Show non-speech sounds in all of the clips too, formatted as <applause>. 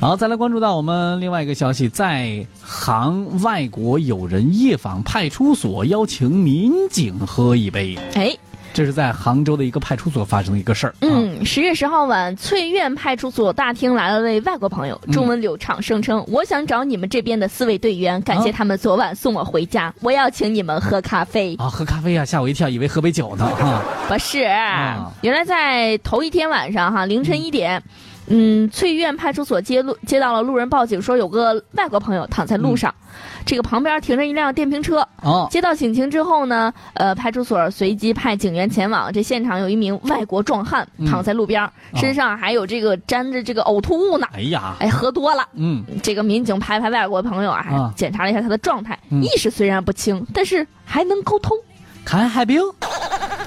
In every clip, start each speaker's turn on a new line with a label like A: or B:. A: 好，再来关注到我们另外一个消息，在杭外国友人夜访派出所邀请民警喝一杯，
B: 哎，
A: 这是在杭州的一个派出所发生的一个事儿。啊，
B: 嗯，十月十号晚，翠苑派出所大厅来了位外国朋友，中文流畅，声称、我想找你们这边的四位队员，感谢
A: 啊
B: 他们昨晚送我回家，我要请你们喝咖啡。
A: 啊，喝咖啡啊，吓我一跳，以为喝杯酒呢。啊，
B: 不是，原来在头一天晚上哈，凌晨一点。嗯，翠苑派出所接路接到了路人报警，说有个外国朋友躺在路上，这个旁边停着一辆电瓶车。
A: 哦，
B: 接到警情之后呢，呃，派出所随即派警员前往。这现场有一名外国壮汉
A: 嗯
B: 躺在路边，
A: 哦
B: 身上还有这个沾着这个呕吐物呢。
A: 哎呀，
B: 哎，喝多了。
A: 嗯，
B: 这个民警拍拍外国朋友啊，
A: 啊
B: 检查了一下他的状态，
A: 嗯
B: 意识虽然不清，但是还能沟通。
A: 看海冰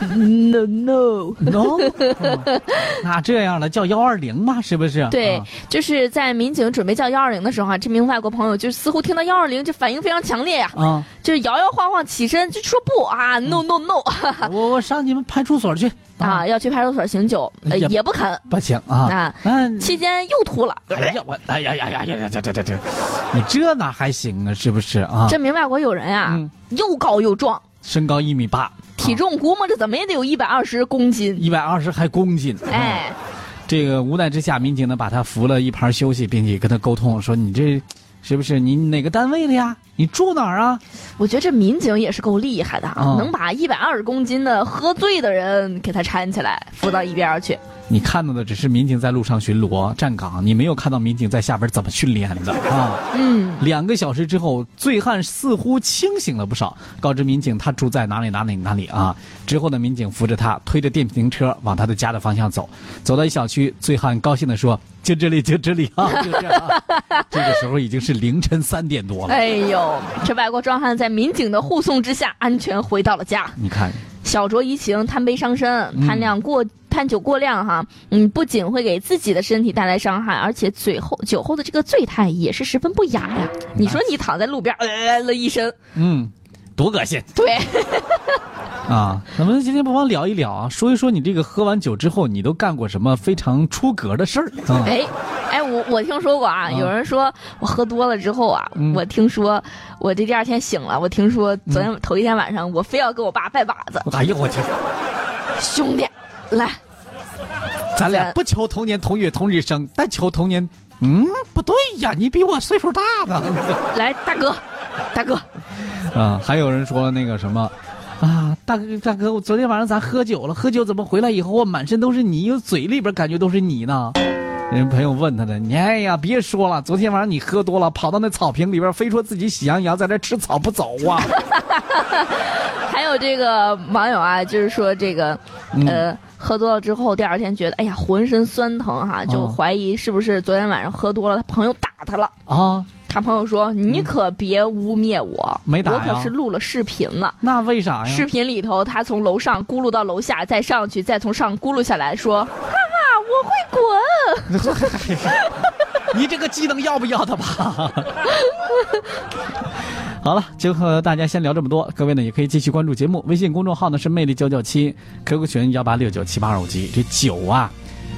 B: No no。
A: ，no，啊那这样了，叫幺二零嘛，是不是？
B: <laughs> 对，
A: 啊
B: 就是在民警准备叫幺二零的时候啊，这名外国朋友就似乎听到幺二零，就反应非常强烈呀、
A: 啊，嗯
B: 就是摇摇晃晃起身，就说不啊，no no no
A: 啊我我上你们派出所去
B: 啊，，要去派出所醒酒，呃、
A: 也
B: 也不肯
A: 不行啊，
B: 啊。
A: 那
B: 期间又吐了，
A: 哎呀，我哎呀呀呀呀呀，这这这这，你这哪还行啊？是不是啊？
B: 这名外国友人啊，
A: 嗯
B: 又高又壮，
A: 身高一米八，
B: 体重估摸着怎么也得有一百二十公斤，
A: 一百二十还公斤。啊，
B: 哎，
A: 这个无奈之下，民警呢把他扶了一旁休息，并且跟他沟通说：“你这是不是你哪个单位的呀？你住哪儿啊
B: 我觉得这民警也是够厉害的啊，
A: 哦
B: 能把一百二十公斤的喝醉的人给他搀起来，扶到一边儿去。？”
A: 你看到的只是民警在路上巡逻站岗，你没有看到民警在下边怎么训练的啊。
B: 嗯，
A: 两个小时之后，醉汉似乎清醒了不少，告知民警他住在哪里哪里哪里啊。之后呢，民警扶着他推着电瓶车往他的家的方向走，走到一小区，醉汉高兴地说：“就这里，就这里啊， <laughs> 就这样、啊。”这个时候已经是凌晨三点多了。
B: 哎呦，这外国壮汉在民警的护送之下，安全回到了家。
A: 你看，
B: 小酌怡情，贪杯伤身，贪量过贪酒过量哈，嗯，不仅会给自己的身体带来伤害，而且醉后酒后的这个醉态也是十分不雅呀。你说你躺在路边，呃了一身，
A: 嗯，多恶心
B: 对，
A: 啊！咱们今天不妨聊一聊啊，说一说你这个喝完酒之后，你都干过什么非常出格的事儿啊？
B: 哎，哎，我我听说过啊，
A: 啊
B: 有人说我喝多了之后啊，
A: 嗯
B: 我听说我这第二天醒了，我听说昨天头一天晚上我非要给我爸拜把子，
A: 哎呦我去，
B: 兄弟，来，
A: 咱俩不求同年同月同日生，但求同年。嗯，不对呀，你比我岁数大 <laughs> 呢。
B: 来，大哥，大哥，
A: 啊，还有人说那个什么，啊，大哥大哥，我昨天晚上咱喝酒了，喝酒怎么回来以后我满身都是泥，我嘴里边感觉都是泥呢？人哎朋友问他的，你哎呀，别说了，昨天晚上你喝多了，跑到那草坪里边，非说自己喜羊羊，在那吃草不走啊！
B: 还有这个网友啊，就是说这个，
A: 嗯
B: 呃，喝多了之后，第二天觉得哎呀浑身酸疼哈、就
A: 哦
B: 怀疑是不是昨天晚上喝多了，他朋友打他了。
A: <laughs> 啊，
B: 他朋友说：“你可别污蔑我，
A: 没打
B: 我
A: 呀
B: 可是录了视频了。
A: 那为啥呀？
B: 视频里头，他从楼上咕噜到楼下，再上去，再从上咕噜下来，说：‘哈哈，我会滚。
A: 你这个技能要不要的吧？ <laughs> 好了，就和大家先聊这么多。各位呢，也可以继续关注节目，微信公众号呢是魅力九九七，QQ 群幺八六九七八二五七。这酒啊，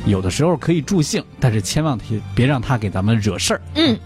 A: 有的时候可以助兴，但是千万别别让它给咱们惹事儿。
B: 嗯，